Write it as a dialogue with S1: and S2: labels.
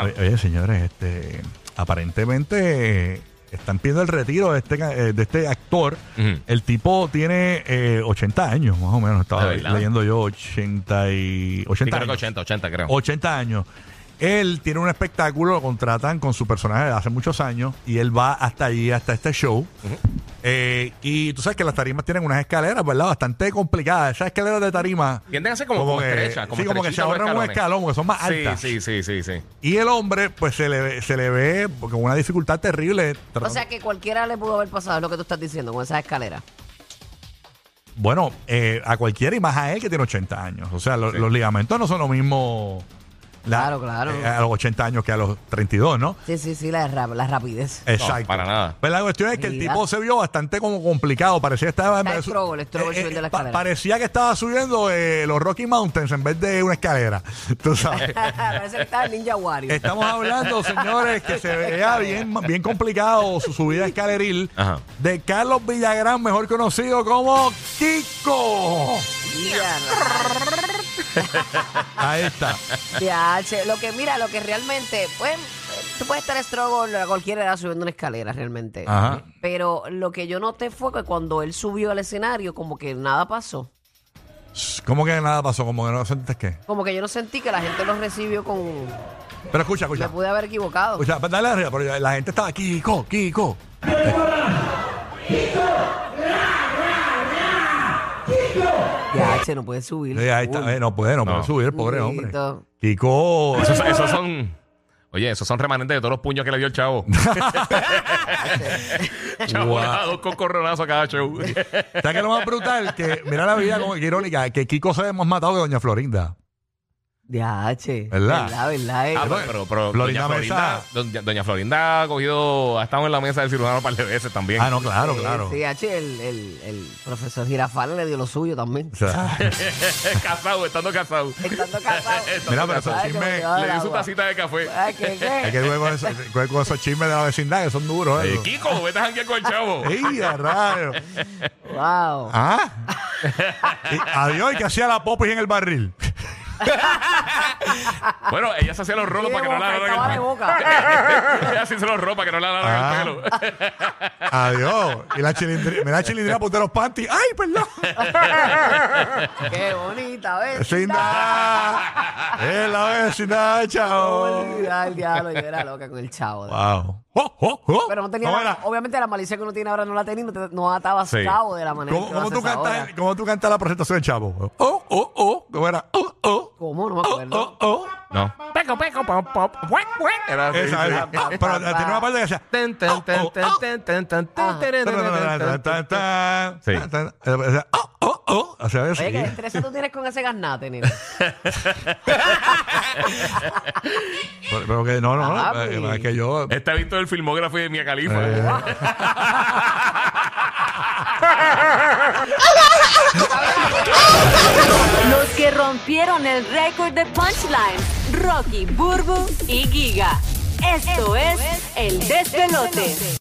S1: Oye, oye, señores, este, aparentemente eh, están pidiendo el retiro de este, ca- eh, de este actor.
S2: Ujú.
S1: El tipo tiene eh, 80 años, más o menos. Estaba
S2: De verdad.
S1: leyendo yo 80 y...
S2: Sí,
S1: 80
S2: creo que
S1: años.
S2: 80, 80 creo.
S1: 80 años. Él tiene un espectáculo, lo contratan con su personaje de hace muchos años y él va hasta allí, hasta este show. Eh, y tú sabes que las tarimas tienen unas escaleras, ¿verdad? Bastante complicadas. Esas escaleras de tarima.
S2: Tienden a ser como- como estrechas, como
S1: sí, como que se
S2: estrechitas los
S1: ahorran un
S2: escalones.
S1: escalón, porque son más
S2: sí,
S1: altas.
S2: sí, sí, sí, sí.
S1: Y el hombre, pues se le, ve- se le ve con una dificultad terrible.
S3: O sea que cualquiera le pudo haber pasado lo que tú estás diciendo con esas escaleras.
S1: Bueno, eh, a cualquiera y más a él que tiene 80 años. O sea, lo- los ligamentos no son lo mismo la-
S3: Claro, claro.
S1: eh, a los 80 años que a los 32, ¿no?
S3: Sí, sí, sí, la, ra- la rapidez.
S1: Exacto.
S2: No, para nada.
S1: Pues la cuestión es que el
S3: Mira.
S1: tipo se vio bastante como complicado. Parecía que estaba.
S3: Está el trobo, el trobo subiendo la
S1: eh, pa-
S3: escalera.
S1: parecía que estaba subiendo eh, los Rocky Mountains en vez de una escalera. Tú sabes.
S3: Parece que está el Ninja Wario.
S1: Estamos hablando, señores, que se veía bien, bien complicado su subida escaleril
S2: Ajá.
S1: de Carlos Villagrán, mejor conocido como Kiko.
S3: Mira,
S1: Ahí está.
S3: TH. Lo que, mira, lo que realmente, pues, tú puedes estar struggle a cualquier edad subiendo una escalera realmente.
S1: Ajá.
S3: Pero lo que yo noté fue que cuando él subió al escenario, como que nada pasó.
S1: ¿Cómo que nada pasó? ¿Cómo que no sentiste qué?
S3: Como que yo no sentí que la gente lo recibió con...
S1: Pero escucha,
S3: Me
S1: escucha.
S3: pude haber equivocado.
S1: Escucha, pues dale arriba, pero la gente estaba Kiko, Kiko.
S3: TH, no puede subir.
S1: Eh, ahí está.
S3: Uy.
S1: Eh, no puede, no, puede
S2: No.
S1: subir, pobre hombre.
S3: Bendito.
S1: Kiko.
S2: Esos, esos son. Oye, esos son remanentes de todos los puños que le dio el chavo. chavo,
S1: Wow.
S2: le da dos cocorronazos a cada show.
S1: ¿Sabes que lo más brutal? Que, mira la vida como que irónica, que Kiko se hemos matado que Doña Florinda.
S3: DH.
S1: ¿Verdad?
S3: ¿Verdad, verdad? eh.
S2: Ah, pero, pero, pero
S1: Florinda
S2: Doña, Florinda,
S1: Mesa.
S2: Doña, Doña Florinda ha cogido, ha estado en la mesa del cirujano un par de veces también.
S1: Ah, no, claro, claro.
S3: Sí, H, el, el, el profesor Girafales le dio lo suyo también.
S1: O sea,
S2: casado, estando casado.
S3: Estando casado.
S1: Mira, pero esos
S3: Ay, que me
S1: chismes-
S3: quedaba
S2: Le
S3: el
S2: dio su
S3: agua.
S2: tacita de café.
S3: Ay, que,
S1: hay
S3: que.
S1: que ver con, eso- con- con esos chismes de la vecindad que son duros.
S2: Eh,
S1: ¿eh?
S2: Kiko, vete a janguear con el chavo.
S1: ¡Ey, a rayos!
S3: Wow.
S1: ¿Ah? Y adiós, ¿y que hacía la popis en el barril?
S2: Bueno, ella se hacía los rolos
S3: Sí,
S2: para que no
S3: boca,
S2: la
S3: estaba de boca.
S2: el Ella se hizo los rolos para que no la
S1: Ah.
S2: lavan el pelo.
S1: Adiós. Y la chilindrina, me da chilindrina por de los panties. ¡Ay, perdón!
S3: Qué bonita, ¿ves?
S1: ¡Vecindad! ¡Es la vecindad, chao!
S3: Olvidar el diablo, yo era loca con el chavo.
S1: ¡Wow! ¡Oh, oh, oh!
S3: Pero no tenía,
S1: ¿Cómo
S3: la-
S1: era?
S3: obviamente la malicia que uno tiene ahora no la tenía, no, te- no ataba
S2: Sí.
S3: cabo de la manera
S1: ¿Cómo,
S3: que
S1: cómo
S3: lo
S1: tú
S3: haces ahora.
S1: cantas, ¿Cómo tú cantas la presentación del chavo? Oh, oh, oh. ¿Cómo era? Oh, oh.
S3: ¿Cómo? No me
S1: Oh,
S3: acuerdo.
S1: oh, oh.
S2: No. Peco, peco, pop, pop, buen, buen. Era así.
S1: Esa, esa.
S3: pa, pa,
S1: Pero
S3: pa.
S1: tenía una parte que decía.
S4: Tan, tan,
S1: oh, oh,
S4: tan, tan, tan,
S1: oh.
S4: tan, tan, tan, tan,
S1: Tan, tan, tan, tan, tan,
S2: Sí.
S1: tan, tan. Eh, decía, Oh, oh, oh. O sea,
S3: Oye, qué
S1: sí.
S3: destreza tú tienes con ese garnate, nene.
S1: Pero pero que no, no, no.
S3: Ajá,
S1: eh,
S3: pues.
S1: Es que yo.
S2: Está Este visto el filmógrafo de Mia Califa.
S5: Los que rompieron el récord de punchline, Rocky, Burbu y Giga. Esto es el despelote.